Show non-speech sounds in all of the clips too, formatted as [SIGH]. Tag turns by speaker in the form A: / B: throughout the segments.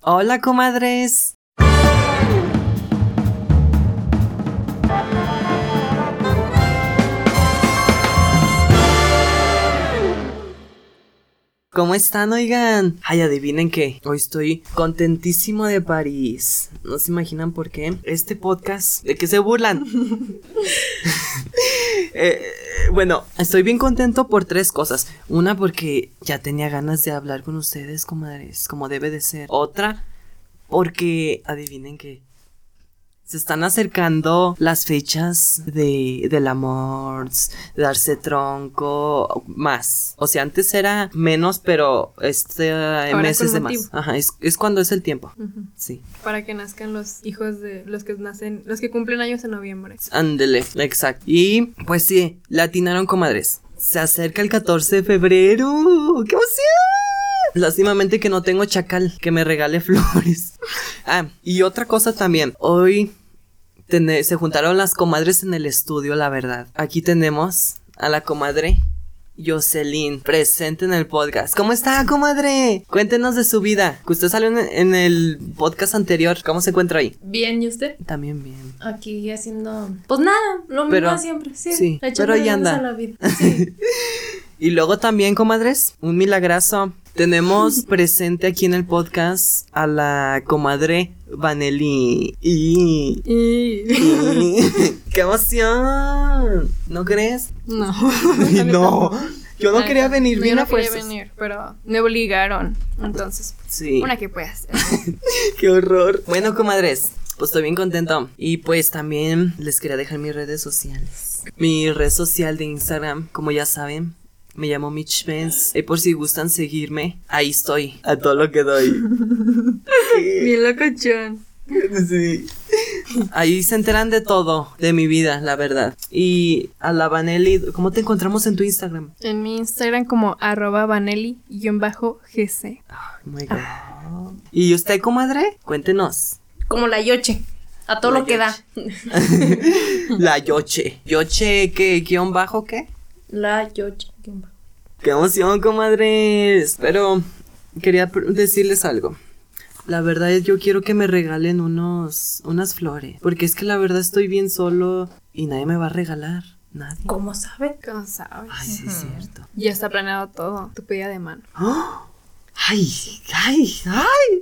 A: Hola, comadres. ¿Cómo están, oigan? Ay, adivinen que hoy estoy contentísimo de París. No se imaginan por qué. Este podcast, ¿de qué se burlan? Eh, bueno, estoy bien contento por tres cosas. Una, porque ya tenía ganas de hablar con ustedes, comadres, como debe de ser. Otra, porque adivinen que se están acercando las fechas de, del amor, de darse tronco, más. O sea, antes era menos, pero este
B: con
A: meses de más.
B: motivo.
A: Ajá, es, es cuando es el tiempo.
B: Ujú.
A: Sí.
B: Para que nazcan los hijos de los que nacen, los que cumplen años en noviembre.
A: Ándele, exacto. Y pues sí, latinaron comadres. Se acerca el 14 de febrero. ¡Qué emoción! Lástimamente que no tengo chacal que me regale [LAUGHS] flores. Ah, y otra cosa también. Hoy tene- se juntaron las comadres en el estudio, la verdad. Aquí tenemos a la comadre Jocelyn, presente en el podcast. ¿Cómo está, comadre? Cuéntenos de su vida. Que usted salió en, en el podcast anterior. ¿Cómo se encuentra ahí?
C: Bien, ¿y usted?
A: También bien.
C: Aquí haciendo, pues nada, lo mismo
A: Pero-
C: de siempre, sí.
A: sí,
C: echándole
A: pero ahí
C: ganas
A: anda.
C: a la vida,
A: [LAUGHS]
C: sí.
A: Y luego también, comadres, un milagrazo. Tenemos
B: [LAUGHS]
A: presente aquí en el podcast a la comadre Vanelli. Y... [LAUGHS] y- [LAUGHS] ¡Qué emoción! ¿No
B: [LAUGHS]
A: crees? [LAUGHS]
B: No.
A: no, yo no
B: La
A: quería
B: neta,
A: venir,
B: no,
A: vine
B: yo
A: a
B: no quería
A: fuerzas.
B: venir, pero me obligaron. Entonces,
A: Sí,
B: una que puedas.
A: qué horror. Bueno, comadres, pues estoy bien contento. Y pues también les quería dejar mis redes sociales. Mi red social de Instagram, como ya saben, me llamo Mitch Benz. Y por si gustan seguirme, ahí estoy. A todo lo que doy.
B: Bien locochón.
A: Sí. Ahí se enteran de todo, de mi vida, la verdad. Y a la Vanelli, ¿cómo te encontramos en tu Instagram?
B: En mi Instagram como arroba vanelli-gc.
A: Oh my God. ¿Y usted, comadre? Cuéntenos. [LAUGHS]
C: Como la yoche, a todo
A: La
C: lo que da.
A: La Yoche. ¿Yoche qué? ¿Guión bajo qué?
C: La yoche. qué va.
A: ¡Qué emoción, comadres! Pero quería pr- decirles algo. La verdad es yo quiero que me regalen unos unas flores, porque es que la verdad estoy bien solo y nadie me va a regalar, nadie.
C: ¿Cómo sabe?
B: ¿Cómo sabes?
A: Ay, sí es cierto.
B: Ya está planeado todo. Tu pedida de mano.
A: ¡Ah! [GASPS] ¡Ay! ¡Ay! ¡Ay!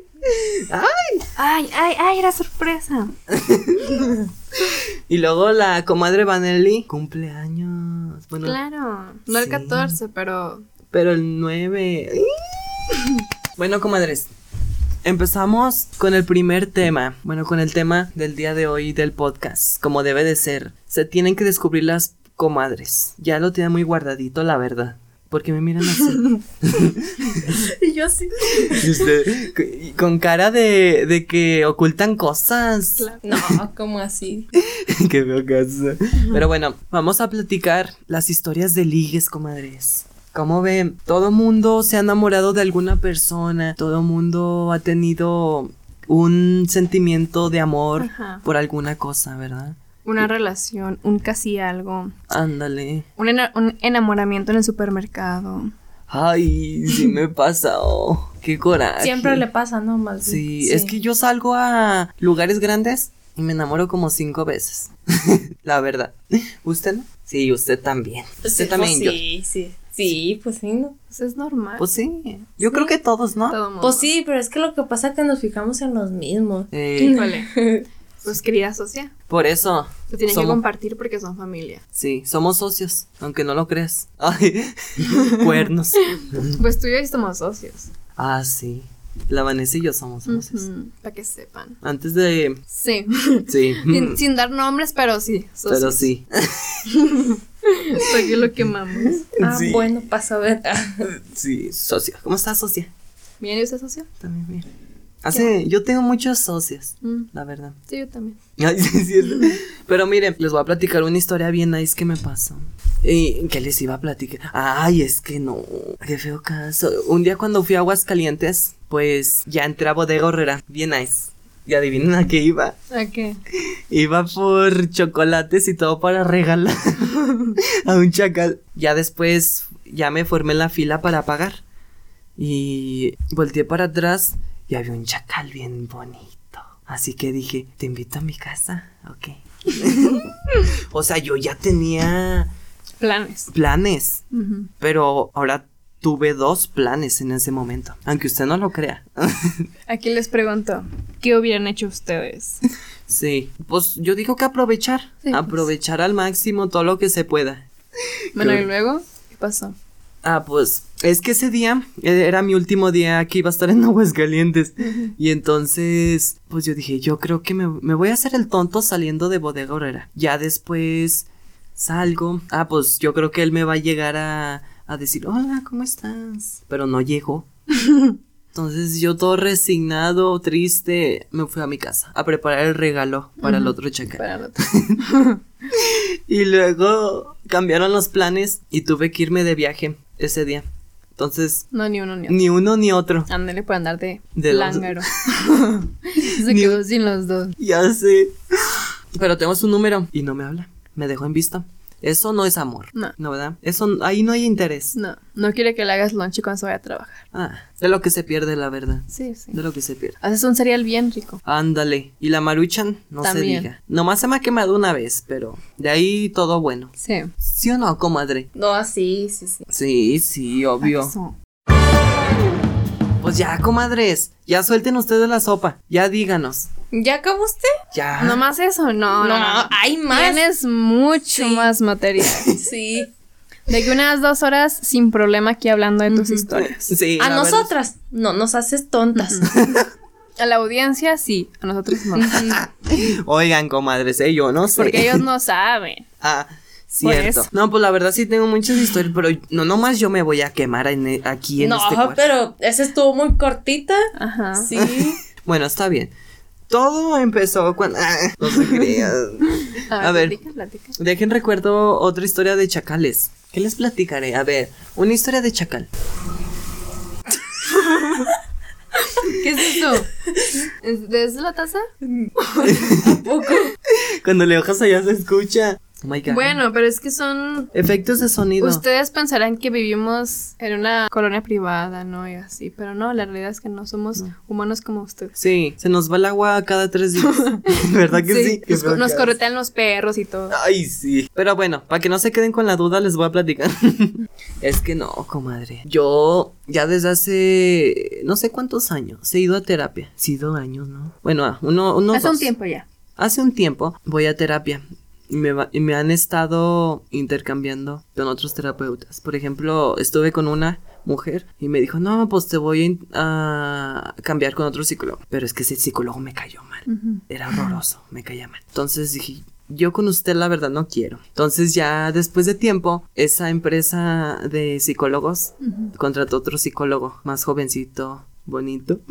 A: ¡Ay!
B: Ay, ay, ay, era sorpresa.
A: Y luego la comadre Vanelli cumpleaños. Bueno,
B: Claro. No el
A: Sí.
B: 14, pero
A: pero el 9. Bueno, comadres. Empezamos con el primer tema. Bueno, con el tema del día de hoy del podcast. Como debe de ser. Se tienen que descubrir las comadres. Ya lo tiene muy guardadito, la verdad. Porque me miran así.
C: [LAUGHS] Y yo así.
A: [LAUGHS] Y usted, c- con cara de, de que ocultan cosas.
B: Claro.
C: No,
A: [LAUGHS]
C: como así.
A: Qué feo caso. Pero bueno, vamos a platicar las historias de ligues, comadres. Como ven, todo mundo se ha enamorado de alguna persona, todo mundo ha tenido un sentimiento de amor
B: Ajá.
A: por alguna cosa, ¿verdad?
B: una relación, un casi algo.
A: Ándale.
B: Un, ena- un enamoramiento en el supermercado.
A: Ay, sí
C: [LAUGHS]
A: me pasa. oh, qué coraje.
C: Siempre le pasa, ¿no? Más bien.
A: Sí, es que yo salgo a lugares grandes y me enamoro como cinco veces. [LAUGHS] La verdad. ¿Usted no? Sí, usted también.
C: Pues
A: usted
C: sí,
A: también.
C: pues
A: yo-
C: sí, sí. Sí, pues sí, ¿no?
B: Pues es normal.
A: Pues sí, yo creo que todos, ¿no?
B: Todo mundo.
C: Pues sí, pero es que lo que pasa es que nos fijamos en los mismos.
A: Eh,
B: Híjole. Pues querida socia.
A: por eso.
B: Lo tienen que
A: Pues somos-
B: compartir porque son familia.
A: Sí, somos socios, aunque no lo creas. [LAUGHS] Ay, cuernos.
B: Pues tú y yo somos socios.
A: Ah, sí. La Vanessa y yo somos socios.
B: Para que sepan.
A: Antes de.
B: Sí.
A: Sí.
B: [LAUGHS] sin, sin dar nombres, pero sí.
A: [LAUGHS]
B: Socios.
A: Pero
B: [LAUGHS]
A: sí.
B: Para que lo quemamos.
C: [LAUGHS] Ah,
A: Sí.
C: bueno, pasa
A: [LAUGHS]
C: a ver.
A: Sí, socio. ¿Cómo estás, socia?
B: ¿Bien y usted socio?
A: También bien. Hace, yo tengo muchos socios,
B: Mm,
A: la verdad.
B: Sí, yo también.
A: [LAUGHS] Ay, sí, es cierto. Pero miren, les voy a platicar una historia bien nice que me pasó. ¿Y qué les iba a platicar? Ay, es que no. Qué feo caso. Un día cuando fui a Aguascalientes, pues ya entré a Bodega Horrera. Bien nice. Y adivinen a qué iba.
B: ¿A qué?
A: Iba por chocolates y todo para regalar [LAUGHS] a un chacal. Ya después, ya me formé en la fila para pagar. Y volteé para atrás y había un chacal bien bonito. Así que dije, te invito a mi casa, ok. [LAUGHS] o sea, yo ya tenía
B: Planes.
A: planes,
B: Ujú.
A: pero ahora tuve dos planes en ese momento, aunque usted no lo crea. [LAUGHS]
B: Aquí les pregunto, ¿qué hubieran hecho ustedes?
A: sí, pues yo digo que aprovechar,
B: Sí, pues.
A: aprovechar al máximo todo lo que se pueda.
B: Bueno,
A: Claro.
B: y luego, ¿qué pasó?
A: Ah, pues es que ese día eh, era mi último día que iba a estar en [LAUGHS] Aguascalientes. Y entonces, pues yo dije, yo creo que me, me voy a hacer el tonto saliendo de Bodega Horrera. Ya después salgo. Ah, pues yo creo que él me va a llegar a, a decir, hola, ¿cómo estás? Pero no llegó. Entonces yo todo resignado, triste, me fui a mi casa a preparar el regalo para el otro chacal.
B: Para el otro.
A: Y luego cambiaron los planes y tuve que irme de viaje ese día. Entonces,
B: No, ni uno ni otro.
A: ni uno ni otro.
B: Ándale por andar de,
A: De los-
B: lángaro. Se quedó sin los dos.
A: Ya sé. Pero tengo su número y no me habla. Me dejó en vista. Eso no es amor.
B: No.
A: ¿verdad? Eso ahí no hay interés.
B: No, no quiere que le hagas lonche cuando se vaya a trabajar.
A: Ah, de lo que se pierde, la verdad.
B: Sí, sí.
A: De lo que se pierde.
B: Haces un cereal bien rico.
A: Ándale. Y la maruchan, no
B: También.
A: se diga. Nomás se me ha quemado una vez, pero de ahí todo bueno.
B: Sí.
A: ¿Sí o no, comadre?
C: No, sí, sí, sí.
A: Sí, sí, obvio.
B: Eso.
A: Pues ya, comadres. Ya suelten ustedes la sopa. Ya díganos.
C: ¿Ya acabó usted?
A: Ya.
B: Nomás eso, no. No, no, no.
C: hay más.
B: Tienes mucho
C: Sí.
B: más material.
C: Sí.
B: De que unas dos horas sin problema aquí hablando de tus historias.
A: Sí, la
C: A
A: verdad.
C: nosotras. No, nos
A: [LAUGHS]
C: haces tontas.
B: A la audiencia sí, a nosotros no.
A: Oigan, comadres, eh, yo no sé.
B: Porque ellos no saben.
A: Ah,
B: Por
A: cierto.
B: eso.
A: No, pues la verdad sí tengo muchas historias, pero no nomás yo me voy a quemar en e- aquí en
C: no,
A: este cuarto. Ah.
C: pero esa estuvo muy cortita.
B: Ajá.
C: Sí.
A: Bueno, está bien. Todo empezó cuando... Ah, no se crean. A ver.
B: Platica, platica.
A: Dejen recuerdo otra historia de chacales. ¿Qué les platicaré? A ver, una historia de chacal. [LAUGHS]
B: ¿Qué es esto? ¿Es- ¿Es la taza?
A: [LAUGHS] Cuando le ojas allá se escucha. Oh my God.
B: Bueno, pero es que son...
A: Efectos de sonido.
B: Ustedes pensarán que vivimos en una colonia privada, ¿no? Y así, pero no, la realidad es que no somos humanos como ustedes.
A: Sí, se nos va el agua cada tres días. ¿Verdad que sí? Qué
B: Nos,
A: feo
B: nos
A: que-
B: corretean los perros y todo.
A: Ay, sí. Pero bueno, para que no se queden con la duda, les voy a
B: [LAUGHS]
A: platicar. es que no, comadre. Yo ya desde hace no sé cuántos años he ido a terapia. Sido años, ¿no? Bueno, ah, uno, unos
B: Hace un
A: dos.
B: tiempo ya.
A: Hace un tiempo voy a terapia. Y me, va- y me han estado intercambiando con otros terapeutas. Por ejemplo, estuve con una mujer y me dijo, no, pues te voy a in- a cambiar con otro psicólogo. Pero es que ese psicólogo me cayó mal. Era horroroso, me caía mal. Entonces dije, yo con usted la verdad no quiero. Entonces ya después de tiempo, esa empresa de psicólogos contrató otro psicólogo más jovencito, bonito, [LAUGHS]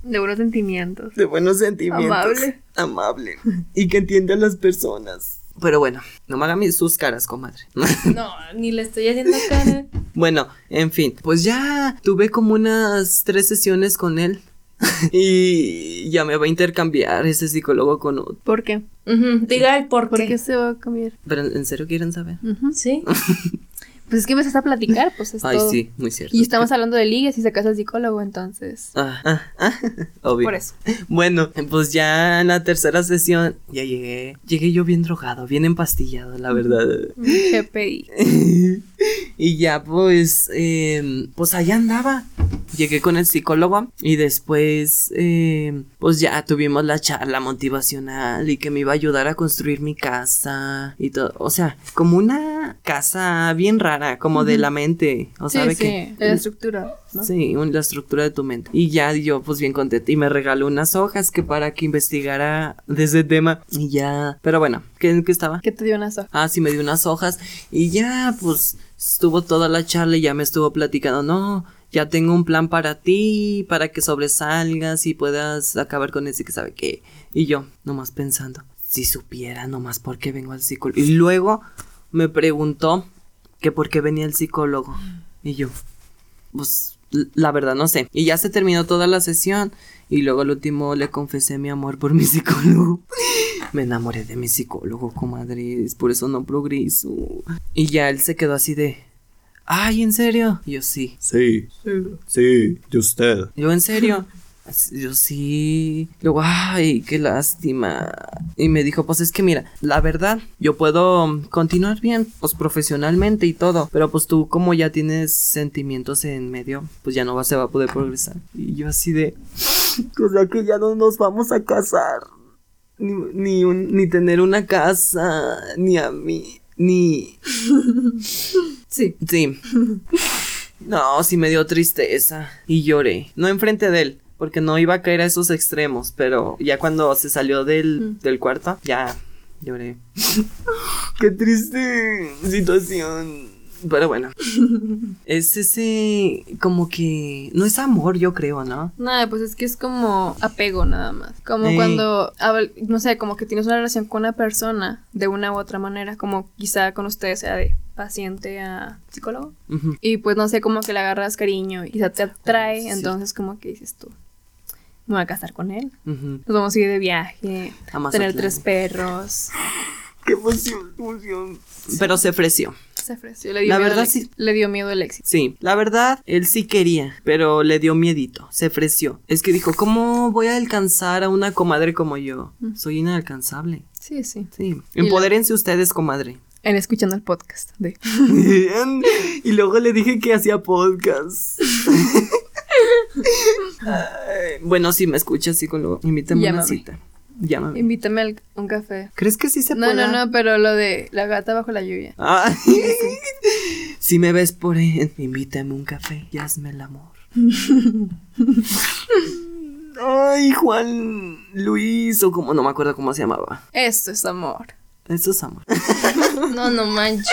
B: De buenos sentimientos.
A: de buenos sentimientos.
B: Amable.
A: Amable. Y que entiende a las personas. Pero bueno, no me hagan mis- sus caras, comadre. [LAUGHS]
C: No, ni le estoy haciendo cara.
A: Bueno, en fin, pues ya tuve como unas tres sesiones con él. [LAUGHS] y ya me va a intercambiar ese psicólogo con otro.
B: ¿Por qué?
C: Ujú, Diga el por
B: ¿Por
C: qué.
B: qué se va a cambiar?
A: Pero en serio quieren saber.
C: [LAUGHS] Sí.
B: Pues es que empezaste a platicar, pues es
A: Ay,
B: todo.
A: sí, muy cierto.
B: Y estamos hablando de ligas y sacas al psicólogo, entonces.
A: Ah, ah, ah, [LAUGHS] obvio.
B: Por eso.
A: Bueno, pues ya en la tercera sesión ya llegué. Llegué yo bien drogado, bien empastillado, la verdad. [LAUGHS] [GASPS]
B: GPI.
A: y ya pues, eh, pues allá andaba. Llegué con el psicólogo y después, eh, pues ya tuvimos la charla motivacional y que me iba a ayudar a construir mi casa y todo. O sea, como una casa bien rara, como de la mente. O
B: Sí,
A: sabe
B: sí.
A: que
B: La estructura, ¿no?
A: Sí, un- la estructura de tu mente. Y ya yo, pues bien contenta. Y me regaló unas hojas que para que investigara de ese tema. Y ya. Pero bueno, ¿qué, qué estaba?
B: ¿Qué te dio una soja?
A: Ah, sí, me dio unas hojas. Y ya, pues estuvo toda la charla y ya me estuvo platicando. No, ya tengo un plan para ti, para que sobresalgas y puedas acabar con ese que sabe qué. Y yo, nomás pensando, si supiera nomás por qué vengo al psicólogo. Y luego me preguntó que por qué venía el psicólogo. Y yo, pues l- la verdad no sé. Y ya se terminó toda la sesión y luego al último le confesé mi amor por mi psicólogo. [LAUGHS] Me enamoré de mi psicólogo, comadres, por eso no progreso. Y ya él se quedó así de, ay, ¿en serio? Y yo sí.
D: Sí. Sí. De usted.
A: Yo en serio. Yo sí. Luego, ay, qué lástima. Y me dijo, pues es que mira, la verdad, yo puedo continuar bien, pues profesionalmente y todo. Pero pues tú como ya tienes sentimientos en medio, pues ya no vas, se va a poder progresar. Y yo así de... O sea que ya no nos vamos a casar. Ni, ni, un- ni tener una casa, ni a mí, ni...
B: Sí.
A: Sí. No, sí me dio tristeza y lloré. No enfrente de él, porque no iba a caer a esos extremos, pero ya cuando se salió del, del cuarto, ya lloré. [LAUGHS] Qué triste situación. Pero [LAUGHS] bueno. Es ese como que... No es amor, yo creo, ¿no?
B: Nada, pues es que es como apego nada más. Como
A: Sí.
B: cuando, habl- no sé, como que tienes una relación con una persona de una u otra manera, como quizá con ustedes sea de paciente a psicólogo.
A: Ujú.
B: Y pues no sé, como que le agarras cariño y quizá te atrae,
A: Sí.
B: entonces como que dices tú, me voy a casar con él.
A: Ujú.
B: Nos vamos a ir de viaje,
A: A Mazatlán.
B: tener tres perros.
A: Qué emoción, emoción. Pero se ofreció.
B: Se ofreció, le dio
A: La
B: miedo
A: verdad,
B: el éxito.
A: sí.
B: Le dio miedo el éxito.
A: Sí, la verdad, él sí quería, pero le dio miedito, se ofreció. Es que dijo, ¿cómo voy a alcanzar a una comadre como yo?
B: Mm.
A: Soy inalcanzable.
B: Sí, sí.
A: Sí, empodérense ustedes, comadre. [LAUGHS]
B: En escuchando el podcast de...
A: Bien. Y luego le dije que hacía
B: [LAUGHS]
A: podcast. Ay, bueno, si me escuchas, psicólogo, invítame a una
B: Llámame.
A: cita. Llámame.
B: Invítame al- a un café.
A: ¿Crees que sí se
B: No,
A: pueda?
B: no, no, pero lo de la gata bajo la lluvia.
A: Ay, [LAUGHS] si me ves por ahí, invítame un café y hazme el amor. Ay, Juan Luis, o como, no me acuerdo cómo se llamaba.
B: Esto es amor.
A: Eso es amor. [LAUGHS]
C: No, no manches.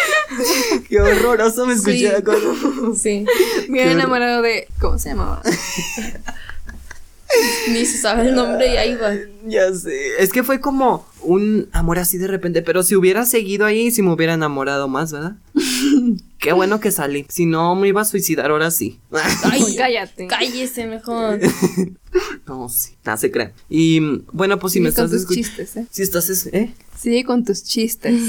A: Qué horroroso me escuché
C: Sí.
A: la cosa.
C: [LAUGHS] Sí.
B: Bien
A: Qué
B: enamorado de. ¿Cómo se [LAUGHS] llamaba?
C: Ni se sabe el nombre y ahí va.
A: Ya sé. Es que fue como un amor así de repente, pero si hubiera seguido ahí, si me hubiera enamorado más,
B: [LAUGHS]
A: ¿verdad? Qué bueno que salí. Si no, me iba a suicidar ahora sí. [LAUGHS]
C: Ay,
B: cállate.
C: cállese mejor.
A: no, sí. Nada se crea. Y mm, bueno, pues si me
B: Sigue con
A: estás
B: tus
A: escuchando.
B: chistes, ¿eh?
A: Si estás. es- ¿Eh?
B: Sigue con tus chistes.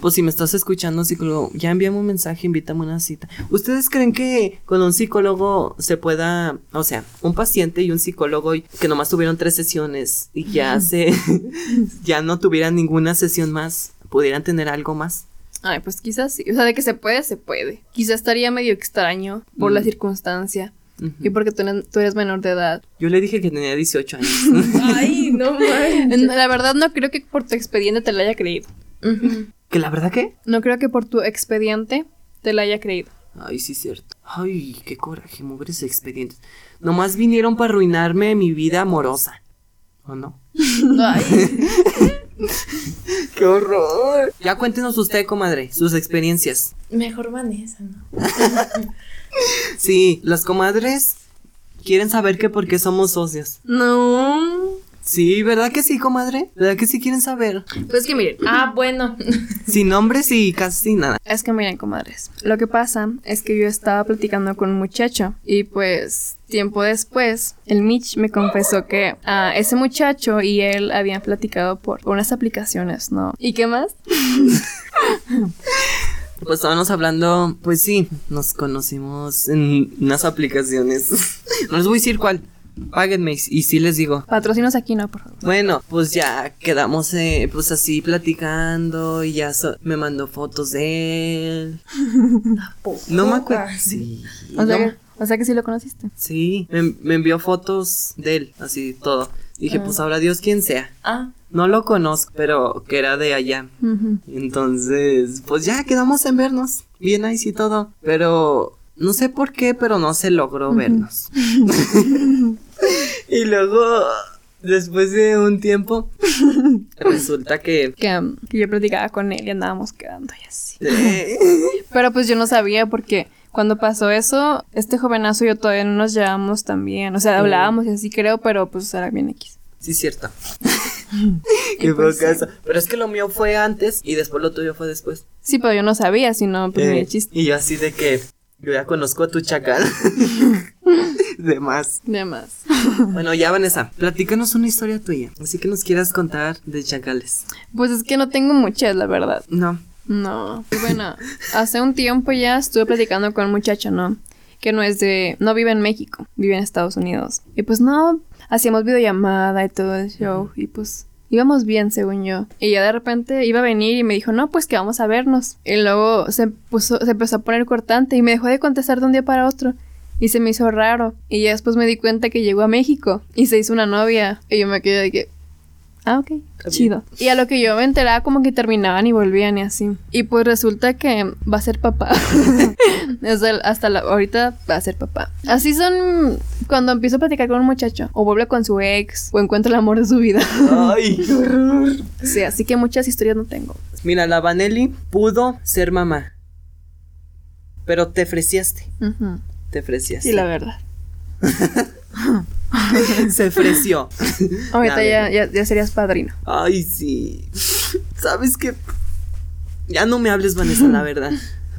A: Pues si me estás escuchando, psicólogo, ya envíame un mensaje, invítame a una cita. ¿Ustedes creen que con un psicólogo se pueda, o sea, un paciente y un psicólogo y- que nomás tuvieron tres sesiones y ya se, [LAUGHS] ya no tuvieran ninguna sesión más, pudieran tener algo más?
B: [GASPS] Ay, pues quizás sí. O sea, de que se puede, se puede. Quizás estaría medio extraño por la
A: Mm.
B: circunstancia
A: Ujú.
B: y porque tú, no- tú eres menor de [LAUGHS] edad.
A: Yo le dije que tenía 18 años.
C: [LAUGHS] [LAUGHS] Ay, no manches.
B: La verdad, no creo que por tu expediente te la haya creído.
C: Ujú.
A: ¿Que la verdad que?
B: No creo que por tu expediente te la haya creído.
A: Ay, sí, cierto. Ay, qué coraje, mugres expedientes. Nomás vinieron para arruinarme mi vida amorosa. ¿O no?
C: Ay,
A: [LAUGHS] ¡Qué horror! Ya cuéntenos usted, comadre, sus experiencias.
C: mejor Vanessa, ¿no?
A: Sí, las comadres quieren saber que por qué somos socias.
B: No.
A: Sí, ¿verdad que sí, comadre? ¿Verdad que sí quieren saber?
B: Pues que miren.
C: Ah, bueno. [LAUGHS]
A: Sin nombres y casi nada.
B: Es que miren, comadres. Lo que pasa es que yo estaba platicando con un muchacho y pues tiempo después el Mitch me confesó que ah, ese muchacho y él habían platicado por unas aplicaciones, ¿no? ¿Y qué más?
A: Pues estábamos hablando, pues sí, nos conocimos en unas aplicaciones. [LAUGHS] No les voy a decir cuál. Páguenme y sí les digo.
B: Patrocinos aquí, no, por favor.
A: Bueno, pues ya quedamos eh, pues así platicando y ya so- me mandó fotos de
B: [LAUGHS]
A: él. No me acuerdo. Sí.
B: Ah, O sea,
A: no-
B: que, o sea que sí lo conociste.
A: Sí, me, me envió fotos de él, así todo. Dije,
B: Ah.
A: pues ahora Dios quien sea.
C: Ah,
A: No lo conozco, pero que era de allá.
B: Ujú.
A: Entonces, pues ya quedamos en vernos. Bien ahí sí todo. Pero no sé por qué, pero no se logró
B: [LAUGHS]
A: vernos. y luego, después de un tiempo, resulta que...
B: Que, um, que yo platicaba con él y andábamos quedando y así.
A: eh,
B: Pero pues yo no sabía porque cuando pasó eso, este jovenazo y yo todavía no nos llevábamos tan bien. O sea, hablábamos y así creo, pero pues era bien X.
A: Sí, cierto.
B: [LAUGHS]
A: Qué
B: pues,
A: poca cosa. Pero es que lo mío fue antes y después lo tuyo fue después.
B: Sí, pero yo no sabía, sino pues
A: Eh,
B: mi chiste.
A: Y yo así de que yo ya conozco a tu
B: [LAUGHS]
A: chacal. [LAUGHS] de más.
B: De más.
A: Bueno, ya Vanessa, platícanos una historia tuya. Así que nos quieras contar de chacales.
B: Pues es que no tengo muchas, la verdad.
A: No.
B: No. Bueno, hace un tiempo ya estuve platicando con un muchacho, ¿no? que no es de, no vive en México, vive en Estados Unidos. Y pues no, hacíamos videollamada y todo el show y pues íbamos bien según yo. Y ya de repente iba a venir y me dijo, no, pues que vamos a vernos. Y luego se, puso, se empezó a poner cortante y me dejó de contestar de un día para otro. Y se me hizo raro. Y ya después me di cuenta que llegó a México y se hizo una novia. Y yo me quedé de que, Ah, ok. Chido. Y a lo que yo me enteraba, como que terminaban y volvían y así. Y pues resulta que va a ser papá. [LAUGHS] Hasta, hasta la- ahorita va a ser papá. Así son cuando empiezo a platicar con un muchacho. O vuelve con su ex. O encuentra el amor de su vida.
A: Ay, qué horror.
B: [LAUGHS] sí, así que muchas historias no tengo.
A: Mira, la Vanelli pudo ser mamá. Pero te freciaste.
B: Ujú.
A: Te freciaste.
B: Sí, la verdad.
A: [LAUGHS] Se freció.
B: Ahorita
A: La
B: ya,
A: verdad.
B: ya- ya serías padrino.
A: Ay, sí. ¿Sabes qué? Ya no me hables, Vanessa, la verdad.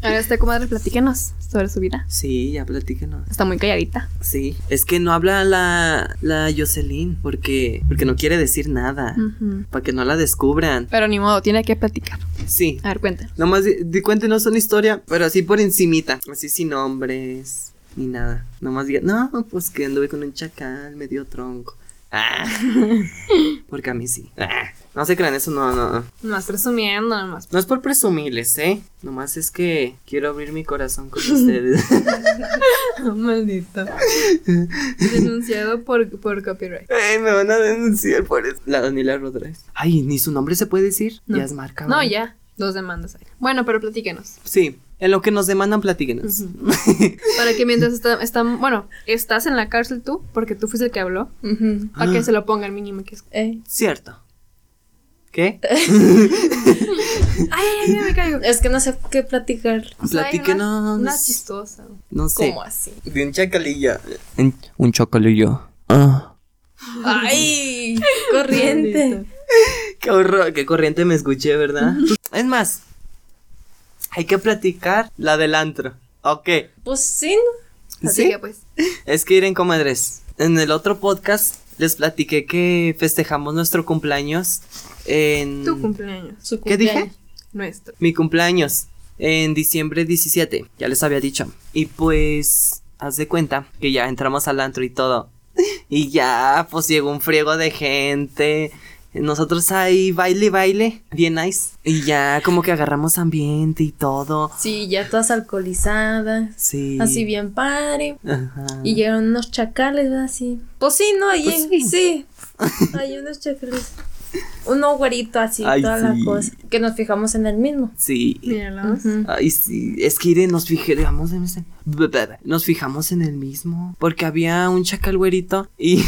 B: Ahora este comadre, platíquenos sobre su vida.
A: Sí, ya platícanos.
B: Está muy calladita.
A: Sí. Es que no habla la, la Jocelyn porque, porque no quiere decir nada.
B: Ujú.
A: Para que no la descubran.
B: Pero ni modo, tiene que platicar.
A: Sí.
B: A ver, cuéntanos.
A: Nomás di, di- cuéntenos una historia, pero así por encimita. Así sin nombres ni nada. Nomás diga, no, pues que anduve con un chacal, me dio tronco.
B: [LAUGHS]
A: Ah. Porque a mí sí. Ah. No se crean eso, no, no, no.
B: Más presumiendo, nomás.
A: No es por presumirles, ¿eh? Nomás es que quiero abrir mi corazón
B: [LAUGHS]
A: con ustedes. [LAUGHS]
B: Maldito. Denunciado por, por copyright.
A: Ay, me van a denunciar por eso. La Daniela Rodríguez. Ay, ni su nombre se puede decir.
B: No.
A: Ya es marca.
B: No,
A: ¿verdad?
B: ya. Dos demandas hay. Bueno, pero platíquenos.
A: Sí. En lo que nos demandan, platíquenos.
B: Para que mientras está, está- bueno, estás en la cárcel tú, porque tú fuiste el que habló,
C: Ujú.
B: para
A: Ah.
B: que se lo ponga el mínimo que es.
C: Eh,
A: [LAUGHS] Cierto. ¿Qué?
B: Pues Ay, ay, ay, me caigo.
C: Es que no sé qué platicar.
A: Platíquenos.
B: Una chistosa.
A: No sé.
C: ¿Cómo así?
A: De un chacalillo. Un, chacalillo. Ah.
C: ¡Ay! [LAUGHS] Corriente.
A: Qué horror, qué corriente me escuché, ¿verdad? es más, hay que platicar la del antro. Ok.
C: Pues sí, ¿no?
B: Así
A: ¿Sí?
B: que pues.
A: Es que Iren comadres. En el otro podcast les platiqué que festejamos nuestro cumpleaños en.
B: Tu cumpleaños.
C: Su
A: ¿Qué dije?
C: cumpleaños.
B: Nuestro.
A: Mi cumpleaños en diciembre 17, ya les había dicho. Y pues, haz de cuenta que ya entramos al antro y todo. [LAUGHS] Y ya, pues llegó un friego de gente. Nosotros ahí baile, y baile, bien nice. Y ya como que agarramos ambiente y todo.
C: Sí, ya todas alcoholizadas.
A: Sí.
C: Así bien padre.
A: Ajá.
C: Y llegaron unos chacales, ¿verdad? Así. Pues sí, ¿no? Ahí,
A: Pues
C: sí.
A: sí.
C: Hay unos chacales. Uno güerito así,
A: Ay,
C: toda la
A: sí.
C: cosa. Que nos fijamos en el mismo.
A: Sí.
B: Míralo.
C: Ujú.
A: Ay, sí, es que Irene, nos fijamos en ese- Nos fijamos en el mismo. Porque había un chacal güerito y.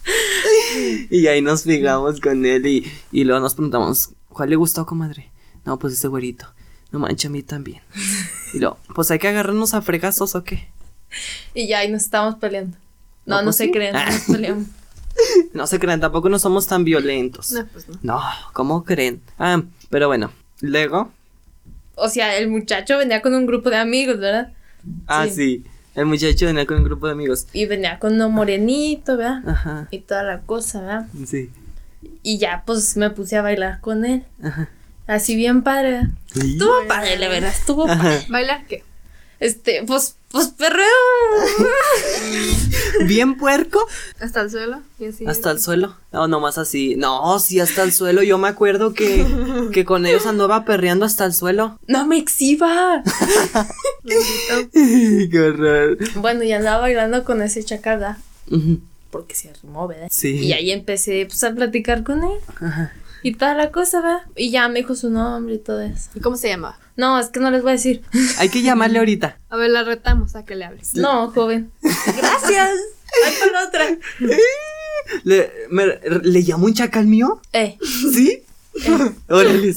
A: [LAUGHS] y ahí nos fijamos con él y, y luego nos preguntamos, ¿cuál le gustó, comadre? No, pues ese güerito. No manches, a mí también. Y luego, pues hay que agarrarnos a fregazos o qué.
C: Y ya ahí nos estábamos peleando. No,
A: No,
C: no,
A: pues
C: se
A: sí.
C: creen, no nos peleamos.
A: No se crean, tampoco no somos tan violentos.
B: No, pues no.
A: No, ¿cómo creen? Ah, pero bueno, luego.
C: O sea, el muchacho venía con un grupo de amigos, ¿verdad?
A: Ah, sí. El muchacho venía con un grupo de amigos.
C: Y venía con uno morenito, ¿verdad?
A: Ajá.
C: Y toda la cosa, ¿verdad?
A: Sí.
C: Y ya, pues, me puse a bailar con él.
A: Ajá.
C: Así bien padre, ¿verdad?
A: Sí.
C: Estuvo padre, la verdad, estuvo padre.
A: Ajá.
B: ¿Bailar qué?
C: Este, pues, pues, perreo. [LAUGHS]
A: bien puerco
B: Hasta el suelo y así.
A: hasta el suelo. No, nomás así. No, sí, hasta el suelo. Yo me acuerdo que, que con ellos andaba perreando hasta el suelo.
C: ¡No me exhiba!
B: Maldito.
A: [LAUGHS] Qué horror.
C: bueno, y andaba bailando con ese chacal, ¿verdad? Porque se arrimó, ¿verdad?
A: Sí.
C: Y ahí empecé, pues, a platicar con él.
A: Ajá.
C: Y toda la cosa, ¿verdad? Y ya me dijo su nombre y todo eso.
B: ¿Y cómo se llamaba?
C: No, es que no les voy a decir.
A: Hay que llamarle ahorita.
B: A ver, la retamos a que le hables.
C: No, joven. Gracias. Ahí con otra.
A: ¿Le, me- ¿le llamó un chacal mío?
C: Eh,
A: ¿Sí? [LAUGHS] Órale.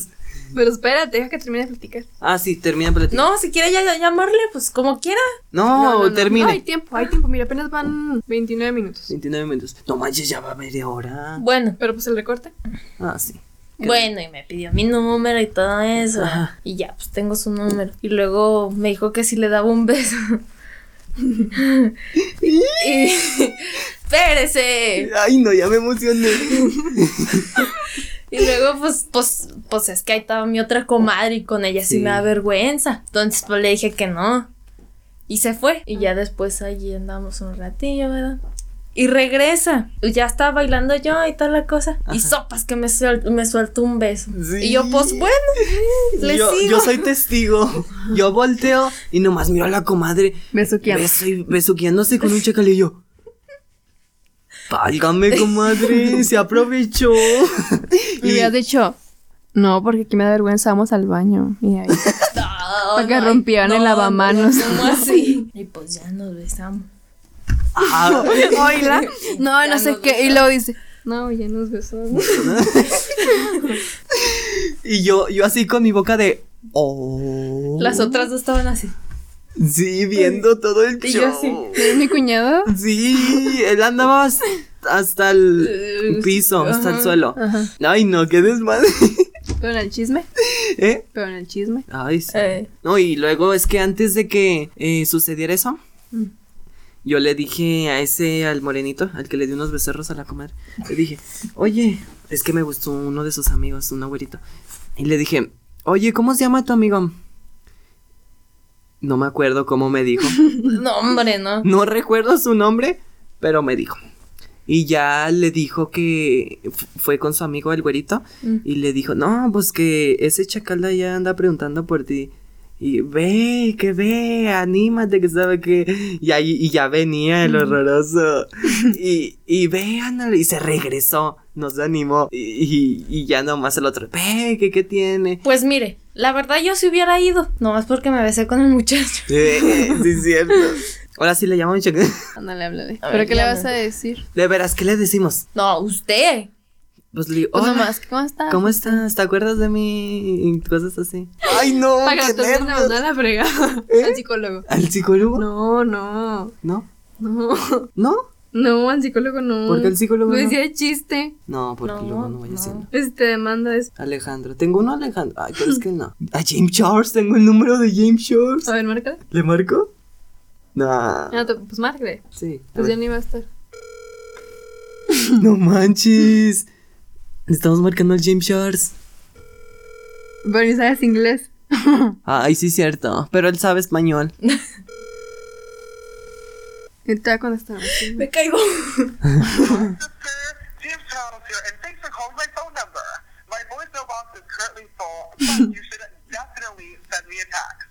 B: Pero espérate, deja que termine de platicar.
A: Ah, sí, termina por
C: no, si quiere ya llamarle, pues como quiera.
A: No, termine.
B: No, hay tiempo, hay tiempo. Mira, apenas van 29 minutos.
A: 29 minutos. No manches, ya va media hora.
C: Bueno,
B: Pero pues el recorte.
A: Ah, sí.
C: bueno, y me pidió mi número y todo eso.
A: Ajá.
C: Y ya, pues tengo su número. Y luego me dijo que si le daba un beso.
A: [LAUGHS]
C: [LAUGHS] y... ¡Espérese!
A: Ay, no, ya me [LAUGHS] emocioné.
C: Y luego, pues, pues, pues es que ahí estaba mi otra comadre y con ella sí,
A: Sí.
C: me da vergüenza. Entonces, pues le dije que no. Y se fue. Y ya después allí andamos un ratillo, ¿verdad? Y regresa. Y ya estaba bailando yo y toda la cosa. Y sopas que me, suel- me sueltó un beso.
A: Sí.
C: Y yo, pues bueno, le
A: yo,
C: sigo.
A: yo soy testigo. Yo volteo y nomás miro a la comadre [LAUGHS]
B: Besuqueando.
A: beso y- besuqueándose con un chacal y yo.
C: [LAUGHS]
A: Válgame, comadre, se aprovechó.
B: Y hubieras dicho, no, porque aquí me da vergüenza, vamos al baño. Y [LAUGHS] ahí. Para que rompieran el lavamanos.
A: [LAUGHS]
C: ¿Cómo así? Y pues ya nos besamos.
A: Ah,
B: Oíla. No,
C: Ya
B: no sé
C: nos
B: qué. Y luego dice, no, ya nos [LAUGHS] besamos.
A: [LAUGHS] y yo, yo así con mi boca de. Oh.
C: Las otras dos estaban así.
A: Sí, viendo todo el
C: Y yo
A: show.
C: así.
B: Mi cuñado.
A: Sí, él andaba hasta, hasta
C: Eh,
A: el piso, hasta el suelo. Ay, no, qué desmadre. [LAUGHS]
B: Pero en el chisme.
A: ¿Eh?
B: Pero en el chisme.
A: Ay, sí.
C: Eh,
A: No, y luego es que antes de que eh, sucediera eso, yo le dije a ese, al morenito, al que le dio unos becerros a la comadre, le dije, oye, es que me gustó uno de sus amigos, un abuelito. Y le dije, oye, ¿cómo se llama tu amigo? No me acuerdo cómo me dijo.
C: no, hombre, no.
A: No recuerdo su nombre, pero me dijo. Y ya le dijo que f- fue con su amigo el güerito
B: Mm.
A: y le dijo, no, pues que ese chacal de allá anda preguntando por ti. Y ve, que ve, anímate, que sabe que... Y ahí y ya venía
B: Mm.
A: el
B: [LAUGHS]
A: horroroso. y, y ve, ándale, y se regresó, nos animó. Y, y- y ya nomás el otro, ve, que qué tiene. [LAUGHS]
C: Pues mire, la verdad yo sí hubiera ido. Nomás porque me besé con el muchacho.
A: Eh, sí, es cierto. Ahora sí le llamamos chacal. [LAUGHS]
B: Ándale, háblale.
C: A
B: ¿Pero
C: ver,
B: qué le
C: ya
B: vas
C: me-
B: a decir?
A: De veras, ¿qué le decimos?
C: No, usted.
A: Pues le digo,
B: Pues
A: "Hola,
B: nomás, ¿cómo está?
A: ¿cómo estás? ¿Te acuerdas de mí? Y Cosas así. Ay, no,
B: Para
A: qué
B: que no te
A: nervios. ¿Eh?
B: mandar a la fregada. Al psicólogo.
A: ¿Al psicólogo? No.
B: No, no.
A: ¿No?
B: No. No, al psicólogo Mm, no.
A: ¿Por qué al psicólogo
B: Lo
A: no?
B: decía de chiste.
A: No, porque
C: No,
A: luego no voy
C: no.
A: haciendo.
B: Este te demanda es.
A: Alejandro, tengo uno Alejandro. Ay, pero es que no. A James Shores, tengo el número de James Shores.
B: A ver, márcale.
A: ¿Le marco? No.
B: Ah, tú- pues márcale.
A: Sí. a
B: Pues ya
A: ver.
B: ni va a estar.
A: No manches. Le estamos marcando al James Shores.
B: Pero ni sabes inglés.
A: Ay, sí, cierto. Pero él sabe español.
B: Y te va a contestar. [LAUGHS]
C: Me caigo.
D: Jim Charles here, and thanks for calling my phone number. My voicemail box is currently full, but you should definitely send me a text.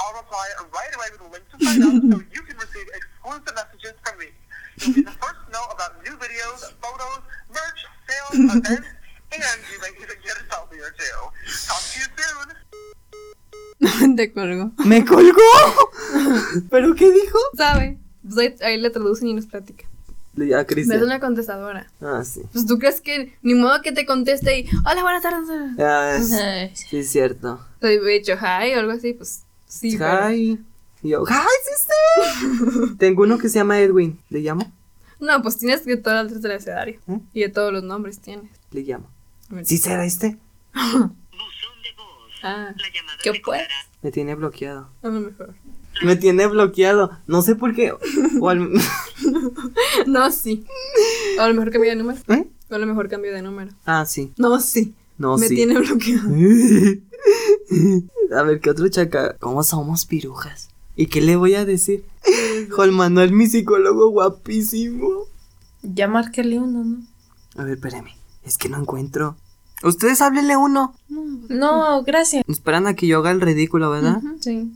D: I'll reply right away with a link to sign up so you can receive exclusive messages from me. You'll be the first to know about new videos, photos, merch, sales, events, and you may even get a selfie or two. Talk to you soon.
B: te colgo.
A: ¡Me colgó! ¿Pero qué dijo?
B: ¿Sabe? Pues ahí, ahí le traducen y nos platica.
A: Le- A
B: Es
A: Cristian.
B: una contestadora.
A: Ah, sí.
B: Pues tú crees que ni modo que te conteste y. Hola, buenas tardes.
A: Ah,
C: Ay,
A: sí, es cierto.
B: Te he dicho hi o algo así, pues sí. pero-
A: Hi. Y yo, hi,
B: [LAUGHS]
A: sister. Tengo uno que se llama Edwin. ¿Le llamo?
B: No, pues tienes que todas las letras del abecedario.
A: ¿Eh?
B: Y de todos los nombres tienes.
A: Le llamo.
B: A ver.
A: ¿Sí será este?
B: Ah,
C: ¿Qué pues?
A: Me tiene bloqueado.
B: a lo mejor.
A: Me tiene bloqueado. No sé por qué. O al- [LAUGHS]
B: No, sí. O a lo mejor cambio de número.
A: ¿Eh?
B: O a lo mejor cambio de número.
A: Ah, sí.
B: No, sí.
A: No,
B: Me
A: sí.
B: tiene bloqueado.
A: [LAUGHS] A ver, ¿qué otro chaca? ¿Cómo somos pirujas? ¿Y qué le voy a
B: [LAUGHS]
A: decir? Juan Manuel, mi psicólogo guapísimo.
C: Ya márquele uno, ¿no?
A: A ver, espérame. Es que no encuentro. Ustedes háblenle uno.
C: No, gracias.
A: Esperan a que yo haga el ridículo, ¿verdad?
C: Sí.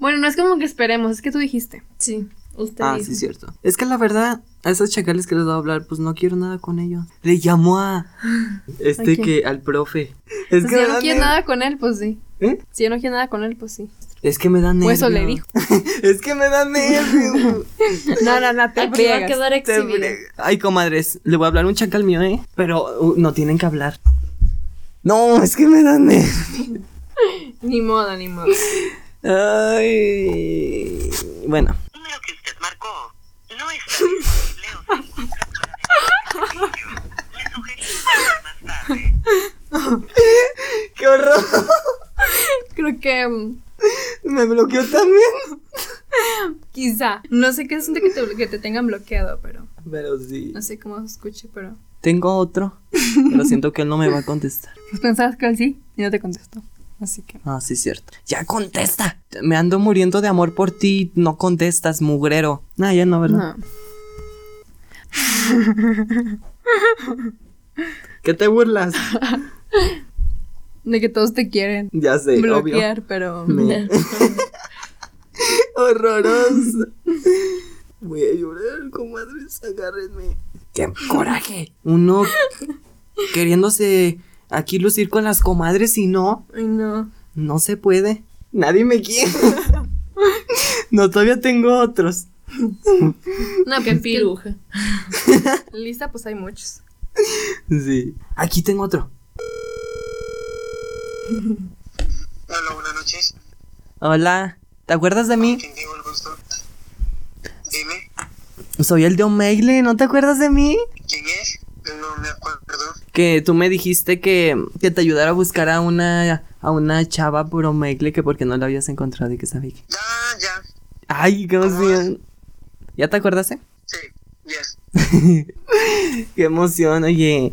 B: Bueno, no es como que esperemos, es que tú dijiste.
C: Sí. Usted
A: Ah,
C: dijo.
A: sí, cierto. Es que la verdad, a esos chacales que les voy a hablar, pues no quiero nada con ellos. Le llamó
B: [LAUGHS]
A: a este
B: Ok.
A: que, al profe. Es me
B: si Pues yo no
A: da
B: quiero
A: ner-
B: nada con él, pues sí.
A: ¿Eh?
B: Si yo no quiero nada con él, pues sí.
A: Es que me da nervio.
B: Pues eso le dijo.
A: [LAUGHS] es que me da
B: [LAUGHS]
A: nervio.
B: [LAUGHS] No, no, no,
C: Aquí va a quedar
A: Te
C: exhibido.
A: frega- Ay, comadres, le voy a hablar un chacal mío, ¿eh? Pero uh, no tienen que hablar. No, es que me da nervio.
B: Ni modo, ni modo.
A: Ay. Bueno.
D: número que usted marcó no está disponible o se encuentra fuera de servicio. Le sugerimos llamar más tarde.
A: ¡Qué
B: [LAUGHS]
A: horror!
B: [LAUGHS] Creo que mm,
A: Me bloqueó también.
B: quizá. No sé qué siente que te, que te tengan bloqueado, pero
A: Pero sí.
B: no sé cómo se escuche, pero.
A: Tengo otro, pero siento que él no me va a contestar.
B: Pues pensabas que él sí y no te contestó.
E: Así que.
A: Ah, sí, cierto. Ya contesta. Me ando muriendo de amor por ti. No contestas, mugrero. Ah, ya no, ¿verdad?
B: No.
A: ¿Qué te burlas?
B: De que todos te quieren
A: ya sé, obvio.
B: bloquear, pero.
A: Me- [LAUGHS] Horroroso. Voy a llorar, comadres, agárrenme. ¡Qué coraje! Uno queriéndose aquí lucir con las comadres y no,
B: [LAUGHS] Ay, no.
A: no se puede. Nadie me quiere. no, todavía tengo otros.
B: No,
C: Qué
B: pues,
C: piruja.
B: [LAUGHS] Lista, pues hay muchos.
A: Sí. Aquí tengo otro.
F: Hola, buenas noches.
A: Hola, ¿te acuerdas de mí?
F: ¿Quién tengo el gusto? Dime,
A: Soy el de O'Malley, ¿no te acuerdas de mí?
F: ¿quién es? No me acuerdo.
A: Que tú me dijiste que, que te ayudara a buscar a una, a una chava por O'Malley que porque no la habías encontrado y que sabía que...
F: Ya, Ah, ya.
A: Ay, qué emoción. ¿Ya te eh? acordaste?
F: Sí, yes.
A: qué emoción, oye.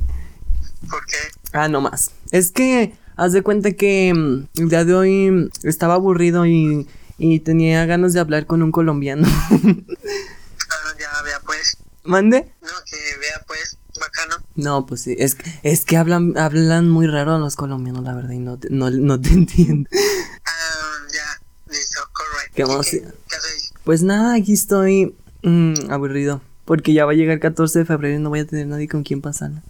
F: ¿Por qué?
A: Ah, no más. Es que haz de cuenta que mm, el día de hoy mm, estaba aburrido y, y tenía ganas de hablar con un colombiano. [LAUGHS]
F: Ah, ya, vea pues.
A: ¿Mande?
F: No, que vea pues. Bacano.
A: No, pues sí, es, que- es que hablan, hablan muy raro los colombianos, la verdad, y no te, no, no te [LAUGHS] entiendo.
F: Ah, ya. Listo, correcto.
A: Qué
F: ¿Y
A: emoción.
F: ¿Qué hacéis?
A: Pues nada, aquí estoy mm, aburrido, porque ya va a llegar el 14 de febrero y no voy a tener nadie con quien pasarla.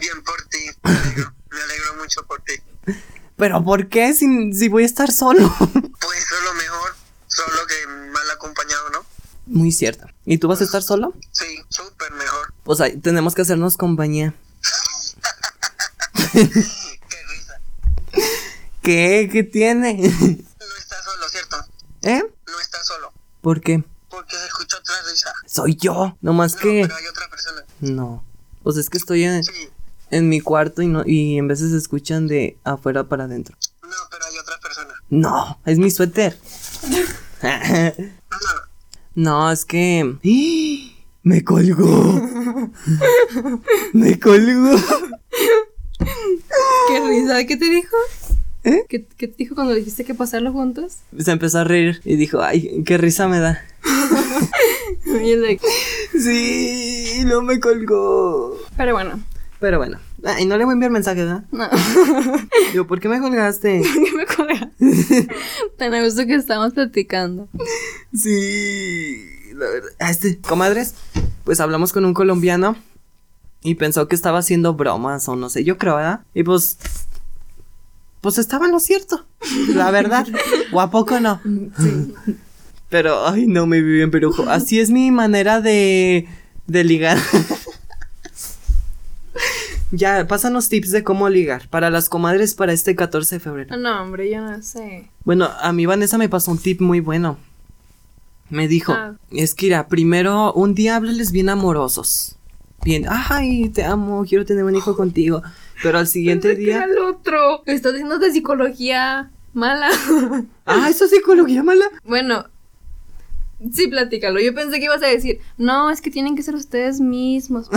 F: Bien por ti. Me alegro, me alegro mucho por ti.
A: ¿Pero por qué si, si voy a estar solo? [LAUGHS]
F: Pues eso es lo mejor. Solo que mal acompañado, ¿no?
A: muy cierto. ¿Y tú vas a estar solo?
F: Sí, súper mejor.
A: Pues ahí tenemos que hacernos compañía.
F: Qué risa.
A: ¿Qué? ¿Qué tiene? [LAUGHS]
F: No estás solo, ¿cierto?
A: ¿Eh?
F: No estás solo.
A: ¿Por qué?
F: Porque se escucha otra risa.
A: Soy yo. Nomás
F: No,
A: que...
F: pero hay otra persona.
A: No. Pues es que estoy en,
F: Sí.
A: en mi cuarto y, no, y en veces se escuchan de afuera para adentro.
F: No, pero hay otra persona.
A: No, es mi [LAUGHS] suéter.
F: No,
A: no, es que... Me colgó. Me colgó.
B: Qué risa, ¿qué te dijo?
A: ¿Eh?
B: ¿Qué, qué te dijo cuando dijiste que pasarlo juntos?
A: Se empezó a reír y dijo, ay, qué risa me da.
B: Y el de-
A: Sí, no me colgó.
B: Pero bueno,
A: Pero bueno. Ay, no le voy a enviar mensaje, ¿verdad?
B: no. [LAUGHS]
A: Yo, ¿por qué me colgaste?
B: ¿Qué
A: [LAUGHS]
B: me colgas? Tan a gusto que estamos platicando.
A: Sí, la verdad. Ah, este, comadres, pues hablamos con un colombiano y pensó que estaba haciendo bromas o no sé, yo creo, ¿verdad? Y pues. Pues estaba en lo cierto, la verdad. ¿O a poco no? Pero, ay, no me vi bien, perujo. Así es mi manera de. de ligar. [LAUGHS] ya, pásanos tips de cómo ligar para las comadres para este 14 de febrero.
B: No, hombre, yo no sé.
A: Bueno, a mi Vanessa me pasó un tip muy bueno. Me dijo,
B: Ah.
A: es que mira, primero un día háblales bien amorosos. Bien, ay, te amo, quiero tener un
B: [GASPS]
A: hijo contigo. Pero al siguiente
B: Pensé que era
A: día,
B: el otro. Estás diciendo de psicología mala. [LAUGHS]
A: ah, eso es psicología mala.
B: bueno, sí, platícalo. Yo pensé que ibas a decir, no, es que tienen que ser ustedes
A: [LAUGHS]
B: mismos. [LAUGHS]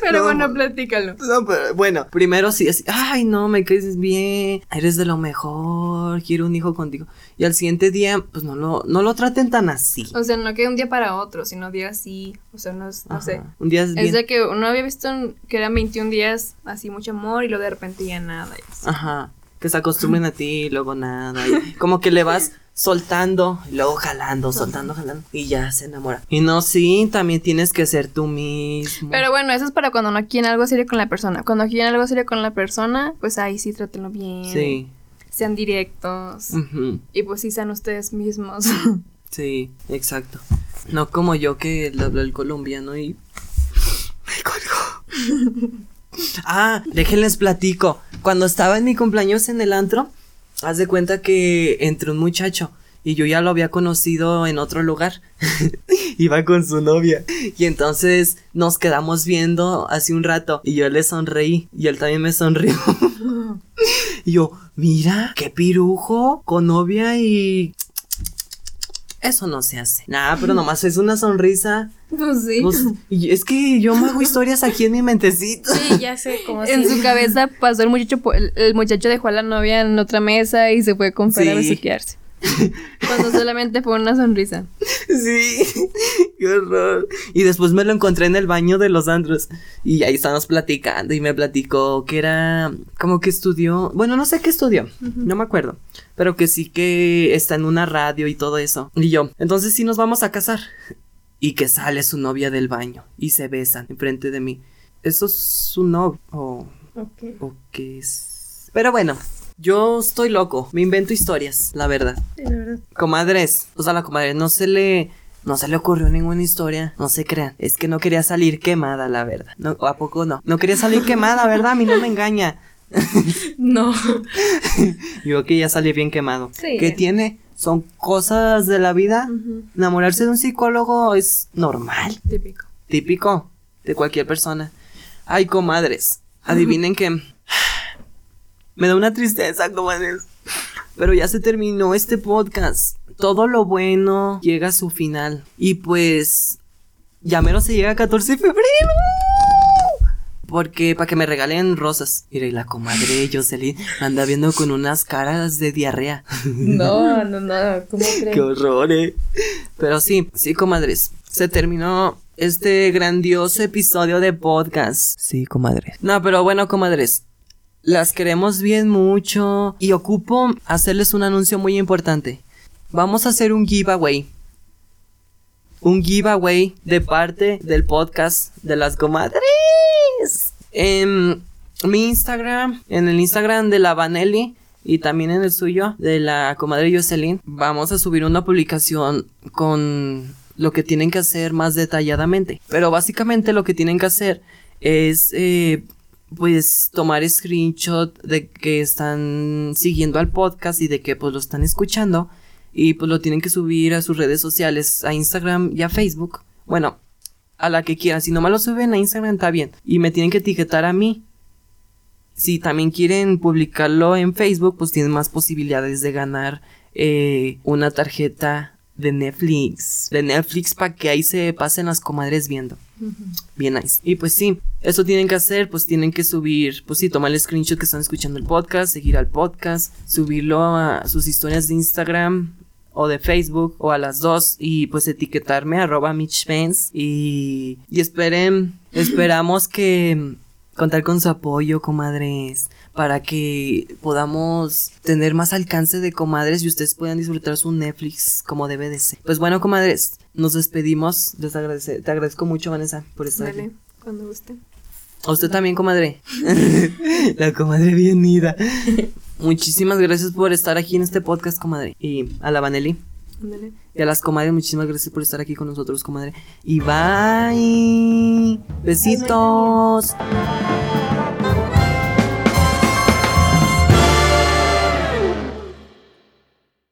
B: Pero
A: No.
B: bueno, platícalo.
A: No, pero bueno, primero sí, así, ay, no, me caes bien, eres de lo mejor, quiero un hijo contigo. Y al siguiente día, pues no lo, no lo traten tan así.
B: O sea, no que de un día para otro, sino día así. O sea, no, es- no sé.
A: Ajá, Un día es bien.
B: Es de que uno había visto en- que eran 21 días así mucho amor y luego de repente ya nada. y así.
A: Ajá. Que se acostumbren a ti, y luego nada. y como que le vas soltando, y luego jalando, soltando, jalando. Y ya se enamora. Y no, sí, también tienes que ser tú mismo.
B: Pero bueno, eso es para cuando no quieren algo serio con la persona. Cuando quieren algo serio con la persona, pues ahí sí trátenlo bien.
A: Sí. Mm.
B: Sean directos.
A: ujú,
B: Y pues sí sean ustedes mismos. [LAUGHS]
A: Sí, exacto. No como yo que le habló el colombiano y. [LAUGHS] Me colgó. ah, déjenles platico. Cuando estaba en mi cumpleaños en el antro, haz de cuenta que entró un muchacho. Y yo ya lo había conocido en otro lugar. [LAUGHS] Iba con su novia. Y entonces nos quedamos viendo hace un rato. Y yo le sonreí. Y él también me sonrió. [LAUGHS] y yo, mira, qué pirujo. Con novia y Eso no se hace. Nah, pero nomás es una sonrisa.
B: Pues sí.
A: Pues, y es que yo me hago historias aquí en mi mentecito.
C: [LAUGHS] Sí, ya sé, como
B: en
C: si-
A: [LAUGHS]
B: su cabeza pasó el muchacho, po- el, el muchacho dejó a la novia en otra mesa y se fue con Fer a
A: Sí. [LAUGHS]
B: besuquearse. Cuando solamente fue una sonrisa.
A: Sí, qué horror. Y después me lo encontré en el baño de los andros. Y ahí estábamos platicando y me platicó que era como que estudió, bueno, no sé qué estudió, no me acuerdo, pero que sí que está en una radio y todo eso. Y yo, entonces sí nos vamos a casar. Y que sale su novia del baño y se besan enfrente de mí. Eso es su novio. o-
C: Ok.
A: o qué es. Pero bueno, yo estoy loco, me invento historias, la verdad.
C: Sí, la verdad.
A: Comadres, o sea, la comadre no se le. No se le ocurrió ninguna historia, no se crean. Es que no quería salir quemada, la verdad. No, ¿A poco no? No quería salir quemada, ¿verdad? A mí no me engaña.
C: No.
A: Yo que ya salí bien quemado.
B: Sí.
A: ¿Qué tiene? Son cosas de la vida. Enamorarse de un psicólogo es normal,
B: Típico.
A: típico de cualquier persona. Ay, comadres, adivinen que me da una tristeza, comadres. Pero ya se terminó este podcast. Todo lo bueno llega a su final. Y pues, ya mero se llega a 14 de febrero. Porque para que me regalen rosas. Mira, y la comadre Jocelyn anda viendo con unas caras de diarrea.
B: Oh,
C: No, no, no. ¿Cómo
A: Qué
C: crees?
A: horror, eh. Pero sí, sí, comadres. Se terminó este grandioso episodio de podcast. Sí, comadre. No, pero bueno, comadres. Las queremos bien mucho. Y ocupo hacerles un anuncio muy importante. Vamos a hacer un giveaway. Un giveaway de parte del podcast de las comadres. En mi Instagram, en el Instagram de la Vanelli y también en el suyo de la comadre Jocelyn, vamos a subir una publicación con lo que tienen que hacer más detalladamente. Pero básicamente lo que tienen que hacer es eh, pues tomar screenshot de que están siguiendo al podcast y de que pues lo están escuchando y pues lo tienen que subir a sus redes sociales, a Instagram y a Facebook. Bueno, a la que quieran. Si nomás lo suben a Instagram, está bien. Y me tienen que etiquetar a mí. Si también quieren publicarlo en Facebook, pues tienen más posibilidades de ganar eh, una tarjeta de Netflix. De Netflix para que ahí se pasen las comadres viendo. Bien nice. Y pues sí, eso tienen que hacer, pues tienen que subir, pues sí, tomar el screenshot que están escuchando el podcast, seguir al podcast, subirlo a sus historias de Instagram o de Facebook o a las dos y pues etiquetarme arroba Mitch Benz, y, y esperen, esperamos que contar con su apoyo, comadres, para que podamos tener más alcance de comadres y ustedes puedan disfrutar su Netflix como debe de ser. Pues bueno, comadres, nos despedimos. Les agradece- te agradezco mucho, Vanessa, por estar aquí.
B: Dale, cuando guste.
A: A usted también, comadre. [LAUGHS] La comadre bien ida. Muchísimas gracias por estar aquí en este podcast, comadre. Y a la Vanelli
B: Ándale.
A: y a las comadres, muchísimas gracias por estar aquí con nosotros, comadre. Y bye. Besitos.